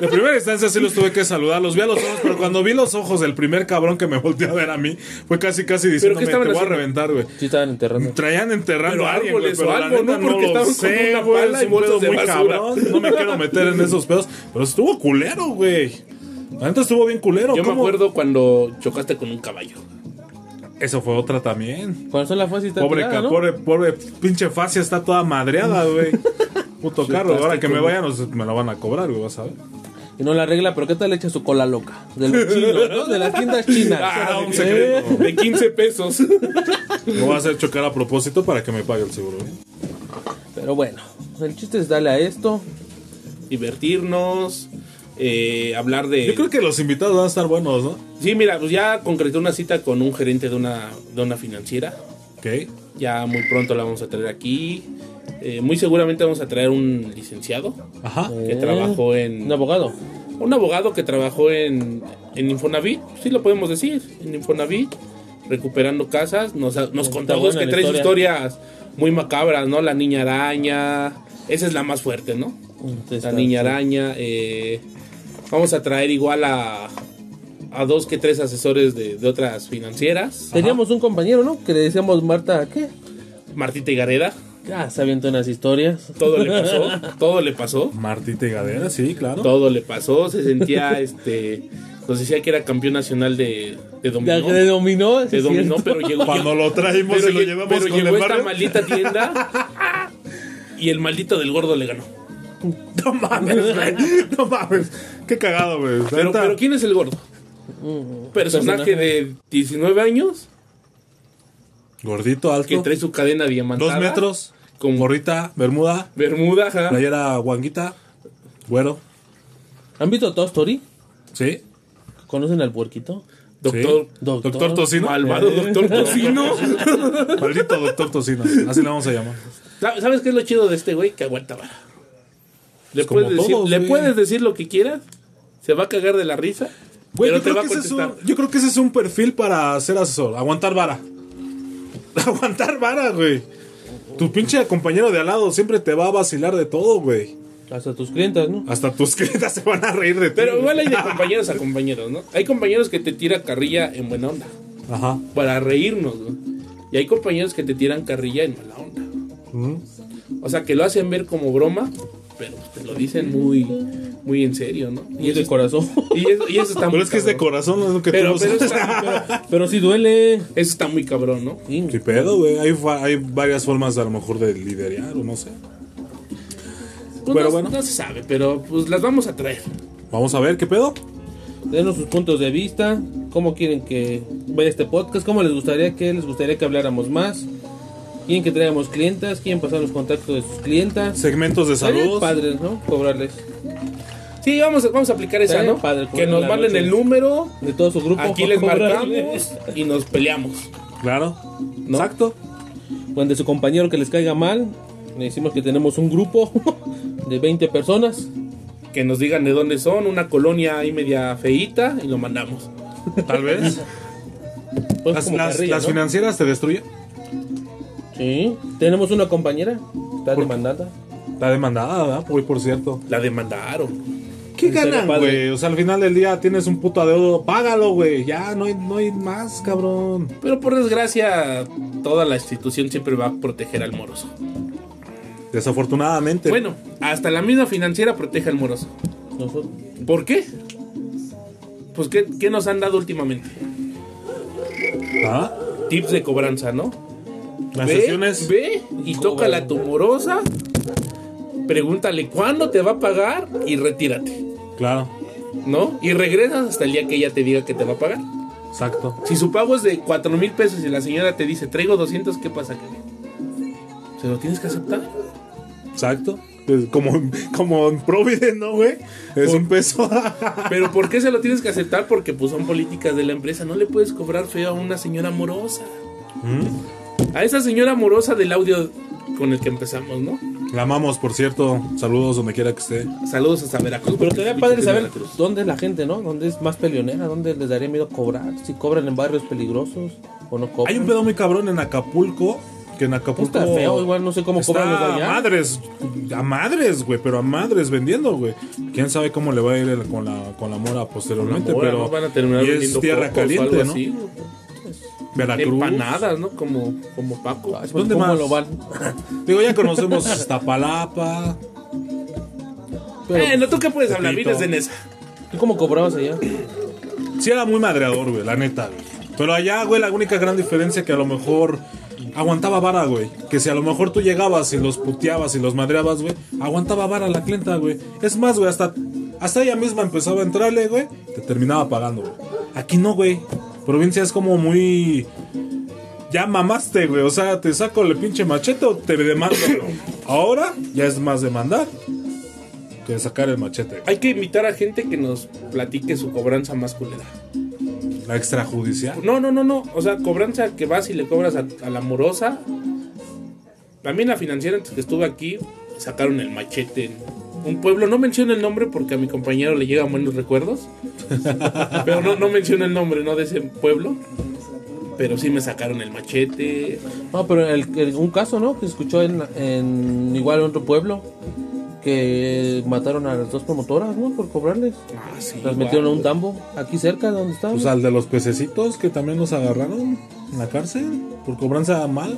Speaker 3: De primera instancia sí los tuve que saludar, los vi a los ojos, pero cuando vi los ojos del primer cabrón que me volteó a ver a mí, fue casi casi
Speaker 2: qué
Speaker 3: diciéndome, te
Speaker 2: estaban
Speaker 3: voy a
Speaker 2: haciendo?
Speaker 3: reventar, güey.
Speaker 4: Sí, estaban enterrando.
Speaker 3: Traían enterrando
Speaker 2: Pero
Speaker 3: a alguien, güey,
Speaker 2: árboles
Speaker 3: pero
Speaker 2: o
Speaker 3: la
Speaker 2: algo,
Speaker 3: neta
Speaker 2: ¿no? Porque
Speaker 3: lo
Speaker 2: estaban con
Speaker 3: sé,
Speaker 2: una
Speaker 3: güey,
Speaker 2: pala
Speaker 3: es
Speaker 2: y
Speaker 3: un
Speaker 2: bolsas
Speaker 3: pedo
Speaker 2: de
Speaker 3: muy
Speaker 2: basura.
Speaker 3: cabrón, no me quiero meter en esos pedos, pero estuvo culero, güey. La neta estuvo bien culero.
Speaker 2: Yo me
Speaker 3: ¿cómo?
Speaker 2: acuerdo cuando chocaste con un caballo.
Speaker 3: Eso fue otra también.
Speaker 4: Cuando son las fáciles está
Speaker 3: Pobre,
Speaker 4: tirada,
Speaker 3: ca-
Speaker 4: ¿no?
Speaker 3: pobre, pobre pinche fascia está toda madreada, güey. Puto carro, ahora
Speaker 2: este
Speaker 3: que me vayan nos- me la van a cobrar, güey, vas a ver.
Speaker 4: Y no la arregla, pero ¿qué tal le echa su cola loca? De los chinos, ¿no? De las tiendas chinas.
Speaker 3: Ah, un
Speaker 4: Eh,
Speaker 3: secreto.
Speaker 2: De 15 pesos.
Speaker 3: Me voy a hacer chocar a propósito para que me pague el seguro, güey.
Speaker 4: Pero bueno, el chiste es darle a esto.
Speaker 2: Divertirnos. eh, hablar de...
Speaker 3: Yo creo que los invitados van a estar buenos, ¿no?
Speaker 2: Sí, mira, pues ya concreté una cita con un gerente de una, de una financiera.
Speaker 3: Ok.
Speaker 2: Ya muy pronto la vamos a traer aquí. Eh, muy seguramente vamos a traer un licenciado
Speaker 3: Ajá.
Speaker 2: que trabajó en...
Speaker 4: Eh, Un abogado.
Speaker 2: Un abogado que trabajó en, en Infonavit, sí lo podemos decir, en Infonavit, recuperando casas, nos, nos contó dos
Speaker 4: buena
Speaker 2: que
Speaker 4: la
Speaker 2: tres
Speaker 4: historia.
Speaker 2: historias muy macabras, ¿no? La niña araña, esa es la más fuerte, ¿no? La niña araña, eh, vamos a traer igual a, a dos que tres asesores de, de otras financieras,
Speaker 4: Teníamos un compañero, ¿no? Que le decíamos Marta, ¿qué?
Speaker 2: Martita y Gareda,
Speaker 4: Ya se avientó unas historias.
Speaker 2: todo le pasó, todo le pasó.
Speaker 3: Martita y Gadera, sí, claro.
Speaker 2: Todo le pasó, se sentía, este, nos decía que era campeón nacional de, de
Speaker 4: Ya
Speaker 2: dominó.
Speaker 4: que le dominó. sí,
Speaker 2: Se
Speaker 4: es
Speaker 2: dominó,
Speaker 4: cierto.
Speaker 2: pero llegó.
Speaker 3: Cuando lo traímos
Speaker 2: pero
Speaker 3: y lo
Speaker 2: lle-
Speaker 3: llevamos
Speaker 2: pero
Speaker 3: con
Speaker 2: llegó
Speaker 3: el
Speaker 2: esta
Speaker 3: barrio.
Speaker 2: maldita tienda y el maldito del gordo le ganó.
Speaker 3: No mames, güey. No mames. Qué cagado, güey.
Speaker 2: Pero,
Speaker 3: Neta.
Speaker 2: pero ¿quién es el gordo? Personaje
Speaker 4: Mm. personaje.
Speaker 2: de 19 años
Speaker 3: Gordito, alto.
Speaker 2: que trae su cadena diamantada.
Speaker 3: Dos metros.
Speaker 2: Con
Speaker 3: Gorrita, bermuda,
Speaker 2: Bermuda, ajá.
Speaker 3: playera guanguita, güero.
Speaker 4: ¿Han visto a Toy Story?
Speaker 3: Sí.
Speaker 4: ¿Conocen al puerquito?
Speaker 2: Doctor. Eh.
Speaker 3: Sí.
Speaker 4: Doctor.
Speaker 3: Doctor Tocino.
Speaker 2: Malvado doctor cocino.
Speaker 3: Maldito doctor Tocino. Así le vamos a llamar.
Speaker 2: ¿Sab- ¿Sabes qué es lo chido de este güey? Que aguanta vara. Le,
Speaker 3: Pues como
Speaker 2: puedes, decir,
Speaker 3: todos,
Speaker 2: le
Speaker 3: güey.
Speaker 2: puedes decir lo que quieras, se va a cagar de la risa,
Speaker 3: Güey,
Speaker 2: pero
Speaker 3: yo,
Speaker 2: te
Speaker 3: creo
Speaker 2: va a
Speaker 3: que ese es
Speaker 2: contestar.
Speaker 3: un, yo creo que ese es un perfil para ser asesor. Aguantar vara. Aguantar vara, güey. Tu pinche compañero de al lado siempre te va a vacilar de todo, güey.
Speaker 4: Hasta tus clientes, ¿no?
Speaker 3: Hasta tus clientes se van a reír de ti.
Speaker 2: Pero
Speaker 3: güey.
Speaker 2: igual hay de compañeros a compañeros, ¿no? Hay compañeros que te tiran carrilla en buena onda,
Speaker 3: Ajá.
Speaker 2: para reírnos, ¿no? Y hay compañeros que te tiran carrilla en mala onda. O sea, que lo hacen ver como broma, pero te lo dicen muy, muy en serio, ¿no?
Speaker 4: Y es de corazón.
Speaker 2: Y eso, y eso está muy
Speaker 3: Pero es que es de
Speaker 2: cabrón.
Speaker 3: corazón, no es lo que
Speaker 2: Pero,
Speaker 3: tú
Speaker 2: pero
Speaker 3: no sabes.
Speaker 2: está, pero
Speaker 4: pero sí duele.
Speaker 2: eso está muy cabrón, ¿no?
Speaker 4: Sí.
Speaker 3: ¿Qué pedo, güey? Hay, fa- hay varias formas a lo mejor de liderar o no sé.
Speaker 2: Pues
Speaker 3: Pero
Speaker 2: no,
Speaker 3: bueno.
Speaker 2: no se sabe, pero pues las vamos a traer.
Speaker 3: Vamos a ver, ¿qué pedo?
Speaker 4: Denos sus puntos de vista, cómo quieren que vaya este podcast, cómo les gustaría que les gustaría que habláramos más, quieren que traigamos clientas, quieren pasar los contactos de sus clientas.
Speaker 3: Segmentos de
Speaker 4: Estaría
Speaker 3: saludos.
Speaker 4: padre, ¿no? Cobrarles
Speaker 2: Sí, vamos a, vamos a aplicar esa,
Speaker 4: Estaría
Speaker 2: ¿no?
Speaker 4: padre,
Speaker 2: que
Speaker 4: en
Speaker 2: nos
Speaker 4: la
Speaker 2: valen
Speaker 4: noche.
Speaker 2: el número,
Speaker 4: de todo su grupo.
Speaker 2: aquí les
Speaker 4: cobrarles.
Speaker 2: marcamos y nos peleamos.
Speaker 3: Claro. Exacto.
Speaker 4: Cuando su compañero que les caiga mal, le decimos que tenemos un grupo de 20 personas.
Speaker 2: que nos digan de dónde son, una colonia ahí media feíta y lo mandamos.
Speaker 3: Tal vez.
Speaker 4: Pues
Speaker 3: las
Speaker 4: como
Speaker 3: las-
Speaker 4: carrilla,
Speaker 3: las
Speaker 4: ¿no?
Speaker 3: financieras te destruyen.
Speaker 4: Sí, tenemos una compañera, está
Speaker 3: qué?
Speaker 4: demandada.
Speaker 3: Está demandada, ¿verdad? Güey, por cierto.
Speaker 2: La demandaron.
Speaker 3: ¿Qué
Speaker 4: Estaría
Speaker 3: ganan,
Speaker 4: padre.
Speaker 3: güey? O sea, al final del día tienes un puto adeudo. Págalo, güey. Ya, no hay, no hay más, cabrón.
Speaker 2: Pero por desgracia, toda la institución siempre va a proteger al moroso.
Speaker 3: Desafortunadamente.
Speaker 2: Bueno, hasta la misma financiera protege al moroso.
Speaker 4: Nosotros-
Speaker 2: ¿Por qué? Pues, ¿qué, qué nos han dado últimamente?
Speaker 3: Ah,
Speaker 2: Tips de cobranza, ¿no?
Speaker 3: Las
Speaker 2: ve,
Speaker 3: sesiones.
Speaker 2: Ve y tócala a tu morosa. Pregúntale cuándo te va a pagar y retírate,
Speaker 3: Claro.
Speaker 2: ¿no? Y regresas hasta el día que ella te diga que te va a pagar.
Speaker 3: Exacto.
Speaker 2: Si su pago es de 4 mil pesos y la señora te dice, traigo 200, ¿qué pasa, Karen? ¿Se lo tienes que aceptar?
Speaker 3: Exacto. Pues, como, como en Providence, ¿no, güey? Es un peso.
Speaker 2: ¿Pero por qué se lo tienes que aceptar? Porque pues son políticas de la empresa. No le puedes cobrar feo a una señora amorosa.
Speaker 3: Mm.
Speaker 2: A esa señora amorosa del audio con el que empezamos, ¿no?
Speaker 3: La amamos, por cierto. Saludos donde quiera que esté.
Speaker 2: Saludos hasta Veracruz.
Speaker 4: Pero estaría padre saber
Speaker 2: Veracruz.
Speaker 4: dónde es la gente, ¿no? Dónde es más peleonera, dónde les daría miedo cobrar, si cobran en barrios peligrosos o no cobran.
Speaker 3: Hay un pedo muy cabrón en Acapulco. Que en Acapulco.
Speaker 4: Está feo, igual no sé cómo
Speaker 3: está
Speaker 4: cobran los de allá.
Speaker 3: A madres. A madres, güey. Pero a madres vendiendo, güey. Quién sabe cómo le va a ir el- con, la, con la mora posteriormente.
Speaker 2: Ahora
Speaker 3: pero
Speaker 2: no van a terminar
Speaker 3: y es
Speaker 2: vendiendo
Speaker 3: tierra
Speaker 2: cocos o algo
Speaker 3: caliente, ¿no?
Speaker 2: así.
Speaker 3: Veracruz.
Speaker 2: Empanadas, ¿no? Como, como Paco.
Speaker 4: Ay, pues,
Speaker 3: ¿Dónde
Speaker 4: ¿cómo
Speaker 3: más?
Speaker 4: lo van?
Speaker 3: Digo, ya conocemos Iztapalapa.
Speaker 4: Pero,
Speaker 2: Eh, no, ¿tú qué puedes hablar?
Speaker 3: Pepito.
Speaker 2: Vienes en esa.
Speaker 4: ¿Tú cómo cobrabas allá?
Speaker 3: Sí era muy madreador, güey, la neta, güey. Pero allá, güey, la única gran diferencia que a lo mejor aguantaba vara, güey. Que si a lo mejor tú llegabas y los puteabas y los madreabas, güey, aguantaba vara la clienta, güey. Es más, güey, hasta, hasta ella misma empezaba a entrarle, güey, te terminaba pagando, güey. Aquí no, güey. Provincia es como muy... Ya mamaste, güey. O sea, te saco el pinche machete o te demando, güey. Ahora ya es más demandar. que sacar el machete.
Speaker 2: Hay que invitar a gente que nos platique su cobranza más culera.
Speaker 3: La extrajudicial.
Speaker 2: No, no, no, no. O sea, cobranza que vas y le cobras a, a la amorosa. A mí en la financiera, antes que estuve aquí, sacaron el machete en un pueblo. No menciono el nombre porque a mi compañero le llegan buenos recuerdos. pero no, no menciono el nombre, ¿no? De ese pueblo. Pero sí me sacaron el machete.
Speaker 4: No, pero el- el- un caso, ¿no? Que escuchó en, en igual otro pueblo que mataron a las dos promotoras, ¿no? Por cobrarles.
Speaker 2: Ah, sí,
Speaker 4: Las metieron a un
Speaker 2: guau.
Speaker 4: tambo aquí cerca de donde estaban.
Speaker 3: Pues al de los pececitos que también nos agarraron en la cárcel por cobranza mal.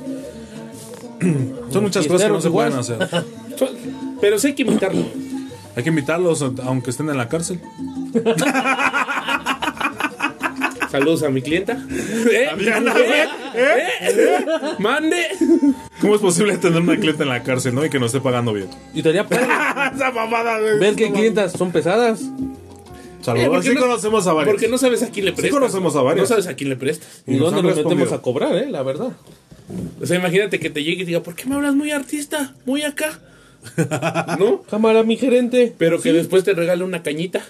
Speaker 3: Son muchas cosas que no se pueden hacer.
Speaker 2: So- Pero sí hay que invitarlo.
Speaker 3: Hay que invitarlos aunque estén en la cárcel.
Speaker 2: Saludos a mi clienta. ¿Eh? ¿Eh? ¿Eh? ¡Mande!
Speaker 3: ¿Cómo es posible tener una cliente en la cárcel, no? Y que no esté pagando bien.
Speaker 4: Y estaría padre
Speaker 3: Esa mamada, güey.
Speaker 4: ver que clientas son pesadas.
Speaker 2: Eh,
Speaker 3: Saludos.
Speaker 2: porque
Speaker 3: Sí
Speaker 2: no-
Speaker 3: conocemos a varios.
Speaker 2: Porque no sabes a quién le prestas.
Speaker 3: conocemos a varios.
Speaker 2: No sabes a quién le prestas.
Speaker 3: Y
Speaker 4: Y,
Speaker 3: nos
Speaker 4: dónde
Speaker 3: han
Speaker 4: nos metemos
Speaker 3: respondido.
Speaker 4: a cobrar, ¿eh? La verdad.
Speaker 2: O sea, imagínate que te llegue y diga, ¿por qué me hablas muy artista? Muy acá. ¿No?
Speaker 4: Cámara, mi gerente.
Speaker 2: Pero que después te regale una cañita.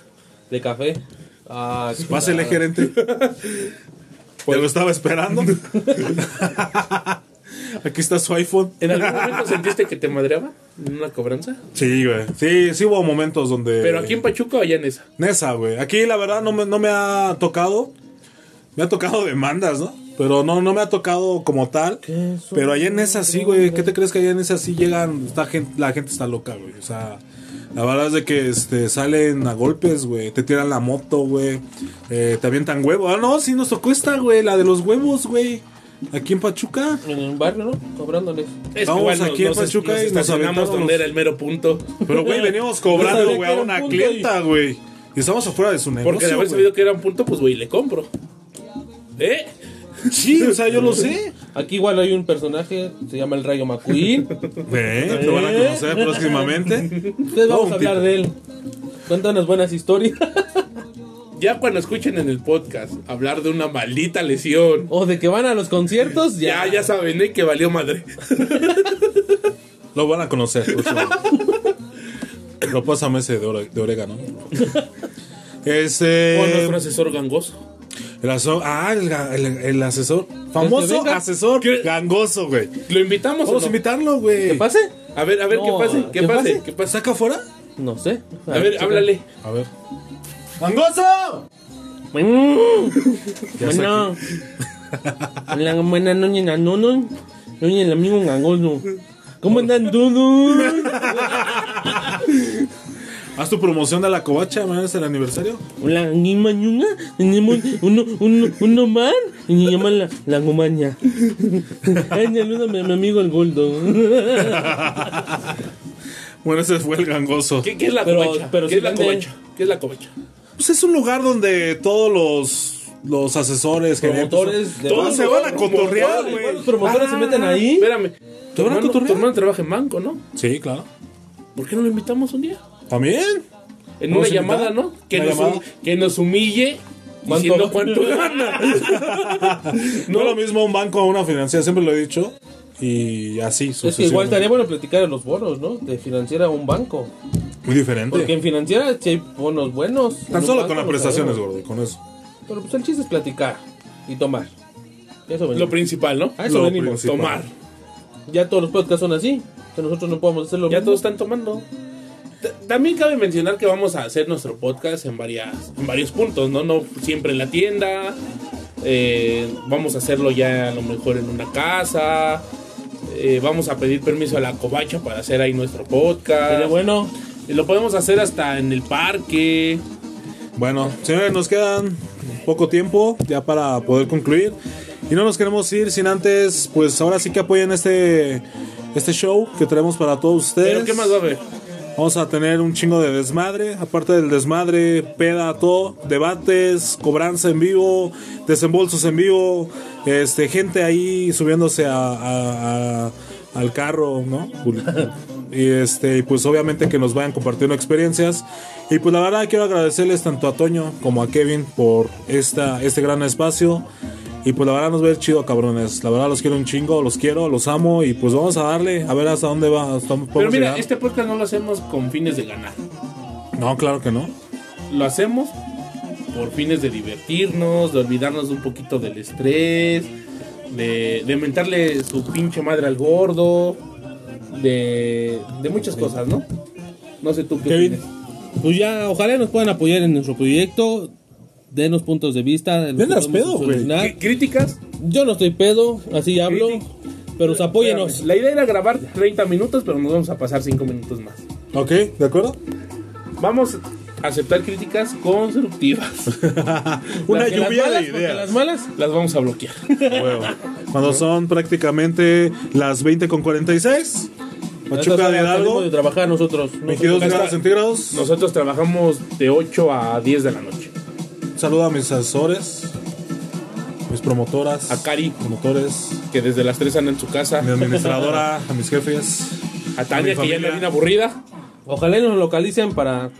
Speaker 4: De café. Ah,
Speaker 3: Pásele,
Speaker 4: chulada.
Speaker 3: gerente. Te lo estaba esperando. Aquí está su iPhone.
Speaker 2: ¿En algún momento sentiste que te madreaban en una cobranza?
Speaker 3: Sí, güey. Sí, sí hubo momentos donde.
Speaker 2: ¿Pero aquí en Pachuca o allá en esa?
Speaker 3: Nesa, güey. Aquí la verdad no me, no me ha tocado. Me ha tocado demandas, ¿no? Pero no, no me ha tocado como tal.
Speaker 4: Que es un
Speaker 3: Pero allá en esa sí, güey. ¿Qué te crees que allá en esa sí llegan? Está gente, la gente está loca, güey. O sea, la verdad es de que este, salen a golpes, güey. Te tiran la moto, güey. Eh, te avientan huevos. Ah, no, sí nos tocó esta, güey. La de los huevos, güey. Aquí en Pachuca.
Speaker 4: En un barrio, ¿no? Cobrándoles.
Speaker 2: Es
Speaker 3: Vamos aquí en
Speaker 2: es-
Speaker 3: Pachuca y nos
Speaker 2: estacionamos
Speaker 3: aventamos.
Speaker 2: donde era el mero punto.
Speaker 3: Pero, güey, veníamos
Speaker 4: Yo
Speaker 3: cobrando,
Speaker 4: sabía
Speaker 3: güey,
Speaker 4: que
Speaker 3: a
Speaker 4: era un
Speaker 3: una
Speaker 4: punto
Speaker 3: clienta, güey. Y estamos afuera de su negocio.
Speaker 2: Porque de haber
Speaker 3: güey.
Speaker 2: sabido que era un punto, pues, güey, le compro. ¿Eh?
Speaker 3: Sí, o sea, yo lo sé.
Speaker 4: Aquí igual hay un personaje, se llama el Rayo McQueen.
Speaker 3: Eh, lo van a conocer próximamente.
Speaker 4: Ustedes
Speaker 3: No,
Speaker 4: vamos
Speaker 3: un
Speaker 4: a hablar
Speaker 3: tipo.
Speaker 4: de él. Cuéntanos buenas historias.
Speaker 2: Ya cuando escuchen en el podcast hablar de una maldita lesión,
Speaker 4: o de que van a los conciertos,
Speaker 2: ya,
Speaker 4: ya.
Speaker 2: ya saben ¿eh? que valió madre.
Speaker 3: Lo van a conocer. próximamente. Lo pásame ese de, ore- de orégano.
Speaker 2: O nuestro
Speaker 3: Este.
Speaker 2: asesor gangoso.
Speaker 3: El asesor. Ah, el, ga- el- el asesor. Famoso
Speaker 4: venga.
Speaker 3: asesor
Speaker 2: ¿Qué?
Speaker 3: gangoso, güey.
Speaker 2: ¿Lo invitamos
Speaker 3: Vamos a
Speaker 2: o no?
Speaker 3: invitarlo, güey.
Speaker 4: ¿Qué pase?
Speaker 2: A ver, a ver,
Speaker 4: No,
Speaker 2: ¿qué pase? ¿Qué
Speaker 4: ¿que
Speaker 2: pase?
Speaker 4: pase?
Speaker 2: ¿Qué pasa?
Speaker 3: ¿Saca afuera?
Speaker 4: No sé.
Speaker 2: A ver,
Speaker 4: checa.
Speaker 2: háblale.
Speaker 3: A ver. ¡Gangoso!
Speaker 4: Mm.
Speaker 3: Ya sé
Speaker 4: Bueno. Hola, buena noche, nanono. Oye, el amigo gangoso. ¿Cómo andan todos?
Speaker 3: Haz tu promoción de la covacha, mañana es el aniversario.
Speaker 4: Hola, aquí mañana tenemos uno, uno, uno más y se llama la, la gomaña. Ay, salúdame a mi amigo el gordo.
Speaker 3: Bueno, ese fue el gangoso.
Speaker 2: ¿Qué, qué es la
Speaker 4: Pero-
Speaker 2: covacha?
Speaker 4: pero
Speaker 2: ¿Qué
Speaker 4: sí
Speaker 2: es la
Speaker 4: vende.
Speaker 2: covacha? ¿Qué es la covacha?
Speaker 3: Pues es un lugar donde todos los, los asesores, gerentes,
Speaker 4: Promotores de-
Speaker 3: todos se van a
Speaker 2: promotores,
Speaker 3: cotorrear, güey. Ah.
Speaker 2: igual
Speaker 4: Los promotores se meten ahí.
Speaker 2: Espérame. Tu
Speaker 3: van a
Speaker 2: hermano, tu
Speaker 3: cotorrear?
Speaker 2: hermano trabaja en banco, ¿no?
Speaker 3: Sí, claro.
Speaker 2: ¿Por qué no lo invitamos un día?
Speaker 3: También.
Speaker 2: En
Speaker 3: Vamos
Speaker 2: una
Speaker 3: a invitar.
Speaker 2: llamada, ¿no? Que
Speaker 3: Una
Speaker 2: nos,
Speaker 3: llamada.
Speaker 2: hum- que nos humille
Speaker 4: ¿Cuánto
Speaker 2: diciendo
Speaker 4: gana?
Speaker 2: cuánto gana.
Speaker 3: No es lo mismo un banco o una financiera, siempre lo he dicho. Y así
Speaker 4: Es que igual
Speaker 3: sucesivamente.
Speaker 4: estaría bueno platicar de los bonos, ¿no? De financiera a un banco.
Speaker 3: Muy diferente.
Speaker 4: Porque en financiera sí hay bonos buenos. En
Speaker 3: Tan
Speaker 4: un
Speaker 3: solo
Speaker 4: banco
Speaker 3: con las
Speaker 4: no
Speaker 3: prestaciones,
Speaker 4: sabemos.
Speaker 3: gordo, con eso.
Speaker 4: Pero pues el chiste es platicar y tomar. Eso venimos.
Speaker 2: Lo principal, ¿no?
Speaker 4: A eso
Speaker 3: lo
Speaker 4: venimos.
Speaker 3: principal.
Speaker 2: Tomar.
Speaker 4: Ya todos los podcasts son así. Que nosotros no podemos hacerlo.
Speaker 2: Ya todos están tomando. T- También cabe mencionar que vamos a hacer nuestro podcast en, varias, en varios puntos, ¿no? No siempre en la tienda. eh, vamos a hacerlo ya a lo mejor en una casa. eh, vamos a pedir permiso a la covacha para hacer ahí nuestro podcast.
Speaker 4: Pero bueno,
Speaker 2: Y Lo podemos hacer hasta en el parque.
Speaker 3: Bueno, señores, nos quedan poco tiempo ya para poder concluir. Y no nos queremos ir sin antes, pues ahora sí que apoyen este, este show que traemos para todos ustedes.
Speaker 2: Pero ¿qué más va a haber?
Speaker 3: Vamos a tener un chingo de desmadre. Aparte del desmadre, peda, todo. Debates, cobranza en vivo, desembolsos en vivo. Este, gente ahí subiéndose a, a- a- al carro, ¿no? Y este, y pues obviamente que nos vayan compartiendo experiencias. Y pues la verdad quiero agradecerles tanto a Toño como a Kevin por esta, este gran espacio. Y pues la verdad nos ve chido, cabrones. La verdad los quiero un chingo, los quiero, los amo. Y pues vamos a darle, a ver hasta dónde va. Hasta dónde
Speaker 2: Pero
Speaker 3: podemos
Speaker 2: mira,
Speaker 3: llegar.
Speaker 2: este podcast no lo hacemos con fines de ganar.
Speaker 3: No, claro que no.
Speaker 2: Lo hacemos por fines de divertirnos, de olvidarnos un poquito del estrés, de, de mentarle su pinche madre al gordo, de, de muchas cosas, ¿no? No sé tú qué
Speaker 4: Kevin.
Speaker 2: opinas.
Speaker 4: Pues ya, ojalá nos puedan apoyar en nuestro proyecto. Denos puntos de vista. de lo que
Speaker 3: Vendas
Speaker 4: podemos
Speaker 3: pedo, güey.
Speaker 4: solucionar.
Speaker 2: ¿Qué- Ah, ¿Críticas?
Speaker 4: Yo no estoy pedo, así hablo.
Speaker 2: Critic-
Speaker 4: Pero pues, apóyenos.
Speaker 2: La idea era grabar 30 minutos, pero nos vamos a pasar 5 minutos más.
Speaker 3: Ok, ¿de acuerdo?
Speaker 2: Vamos a aceptar críticas constructivas.
Speaker 3: Una
Speaker 4: Porque las
Speaker 3: lluvia
Speaker 4: malas,
Speaker 3: de
Speaker 4: porque Las
Speaker 3: ideas.
Speaker 4: malas.
Speaker 2: Las vamos a bloquear.
Speaker 3: Huevo. Cuando son prácticamente las 20 con 46, Pachuca
Speaker 4: Nosotros
Speaker 3: de Hidalgo,
Speaker 4: salimos de trabajar nosotros. nosotros.
Speaker 3: 22 grados centígrados.
Speaker 2: Nosotros trabajamos de 8 a 10 de la noche.
Speaker 3: Saludo a mis asesores, mis promotoras,
Speaker 2: A Cari,
Speaker 3: promotores,
Speaker 2: que desde las 3 anda en su casa.
Speaker 3: a mi administradora, a mis jefes.
Speaker 2: A Tania, que ya
Speaker 3: mi familia.
Speaker 2: anda bien aburrida.
Speaker 4: Ojalá y nos localicen para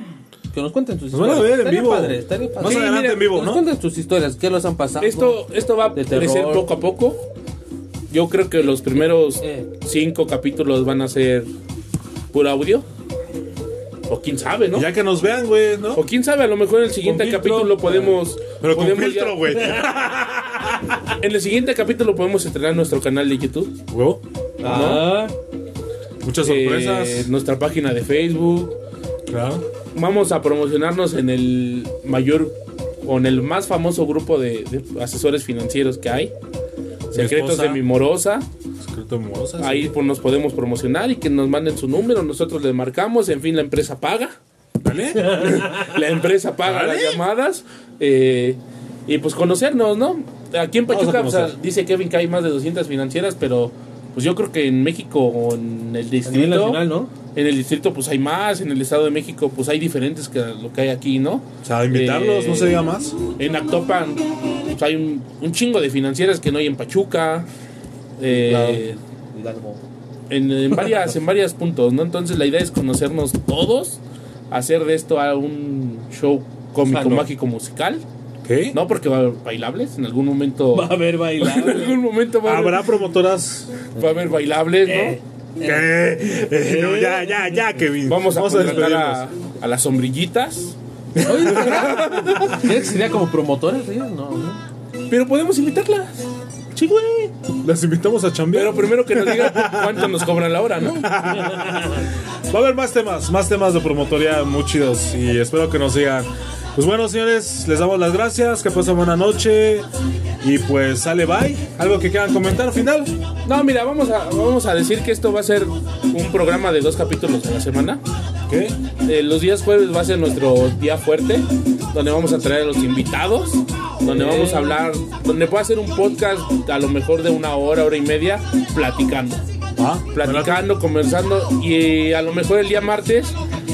Speaker 4: que nos cuenten sus
Speaker 3: Nos van a ver en
Speaker 4: Estaría
Speaker 3: vivo.
Speaker 4: padre, estaría padre.
Speaker 3: Más
Speaker 4: Sí,
Speaker 3: adelante
Speaker 4: mira,
Speaker 3: en vivo,
Speaker 4: Nos
Speaker 3: ¿no?
Speaker 4: cuenten sus historias, qué los han pasado.
Speaker 2: Esto, esto va a
Speaker 4: De terror.
Speaker 2: crecer poco a poco. Yo creo que los primeros
Speaker 4: Eh.
Speaker 2: 5 capítulos van a ser puro audio. O quién sabe, ¿no?
Speaker 3: Ya que nos vean, güey, ¿no?
Speaker 2: O quién sabe, a lo mejor en el siguiente
Speaker 3: Con filtro. Eh.
Speaker 2: capítulo podemos.
Speaker 3: Pero con
Speaker 2: podemos
Speaker 3: filtro,
Speaker 2: ya-
Speaker 3: güey.
Speaker 2: En el siguiente capítulo podemos estrenar nuestro canal de YouTube,
Speaker 3: Huevo.
Speaker 4: Ah,
Speaker 3: Muchas
Speaker 2: eh,
Speaker 3: sorpresas.
Speaker 2: nuestra página de Facebook.
Speaker 3: Claro.
Speaker 2: Vamos a promocionarnos en el mayor, con el más famoso grupo de, de asesores financieros que hay. Secretos
Speaker 3: esposa.
Speaker 2: de mi morosa.
Speaker 3: Secreto amorosa, sí.
Speaker 2: Ahí pues, nos podemos promocionar y que nos manden su número, nosotros les marcamos, en fin, la empresa paga.
Speaker 3: ¿Vale?
Speaker 2: La empresa paga
Speaker 3: ¿Vale?
Speaker 2: las llamadas. eh, y pues conocernos, ¿no? Aquí en
Speaker 3: Vamos a
Speaker 2: Pachuca o sea,
Speaker 3: conocer.
Speaker 2: dice Kevin que hay más de 200 financieras, pero pues yo creo que en México o en el
Speaker 4: a nivel
Speaker 2: distrito...
Speaker 4: nacional, ¿no?
Speaker 2: En el distrito pues hay más, en el Estado de México pues hay diferentes que lo que hay aquí, ¿no?
Speaker 3: O sea, invitarlos,
Speaker 2: Eh,
Speaker 3: no se diga más.
Speaker 2: En Actopan pues, hay un, un chingo de financieras que no hay en Pachuca. eh, en, en varias en varios puntos, ¿no? Entonces la idea es conocernos todos, hacer de esto a un show cómico,
Speaker 4: Sano.
Speaker 2: mágico, musical,
Speaker 3: ¿Qué?
Speaker 2: ¿no? Porque va a haber bailables, en algún momento...
Speaker 4: Va a haber
Speaker 2: en
Speaker 4: bailar.
Speaker 2: algún momento va a, haber,
Speaker 3: Habrá promotoras.
Speaker 2: va a haber bailables, ¿no?
Speaker 3: ¿Qué? Eh, no, ya, ya, ya, Kevin.
Speaker 2: Vamos a contratar
Speaker 3: despedirnos.
Speaker 2: a, a las sombrillitas.
Speaker 4: ¿Crees que sería como promotoras ellas? No, no.
Speaker 2: Pero podemos invitarlas.
Speaker 3: Sí, güey. Las invitamos a chambear.
Speaker 2: Pero primero que nos digan cuánto nos cobran la hora, ¿no?
Speaker 3: Va a haber más temas, más temas de promotoría muy chidos y espero que nos sigan. Pues bueno, señores, les damos las gracias, que pasen buena noche y pues sale bye. Algo que quieran comentar final.
Speaker 2: No, mira, vamos a, vamos a decir que esto va a ser un programa de dos capítulos a la semana.
Speaker 3: ¿Qué?
Speaker 2: Eh, los días jueves va a ser nuestro día fuerte, donde vamos a traer a los invitados, donde vamos a hablar, donde puede hacer un podcast a lo mejor de una hora, hora y media, platicando.
Speaker 3: Ah,
Speaker 2: Platicando, conversando y a lo mejor el día martes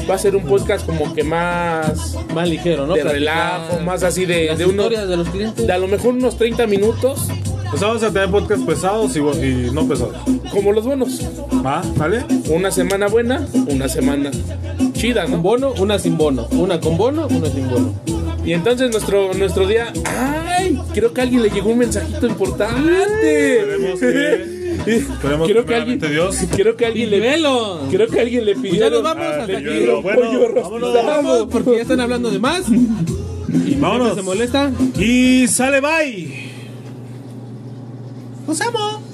Speaker 2: va a ser un podcast como que más
Speaker 4: Más ligero, ¿no?
Speaker 2: de
Speaker 4: Platicar.
Speaker 2: relajo, más así de,
Speaker 4: Las
Speaker 2: de unos,
Speaker 4: historias de los clientes.
Speaker 2: de a lo mejor unos 30 minutos,
Speaker 3: Pues vamos a tener podcast pesados y, y no pesados.
Speaker 2: como los buenos.
Speaker 3: ¿Va? ¿Vale?
Speaker 2: Una semana buena, una semana chida,
Speaker 4: Un
Speaker 2: ¿no?
Speaker 4: bono, una sin bono. Una con bono, una sin bono.
Speaker 2: Y entonces nuestro, nuestro día. ¡Ay! Creo que a alguien le llegó un mensajito importante.
Speaker 3: Esperemos que- esperemos
Speaker 2: creo que
Speaker 3: primeramente
Speaker 2: alguien.
Speaker 3: Dios.
Speaker 2: Creo que alguien le.
Speaker 4: ¡Velo!
Speaker 2: Creo que alguien le pidió.
Speaker 4: Ya nos vamos, hasta
Speaker 2: le
Speaker 4: aquí.
Speaker 2: pidieron
Speaker 3: Bueno,
Speaker 2: pollo
Speaker 3: vámonos.
Speaker 2: rostizado.
Speaker 4: Vamos, porque ya están hablando de más. Y mi
Speaker 3: Vámonos.
Speaker 4: jefe se molesta.
Speaker 3: Y sale bye.
Speaker 4: ¡Nos amo!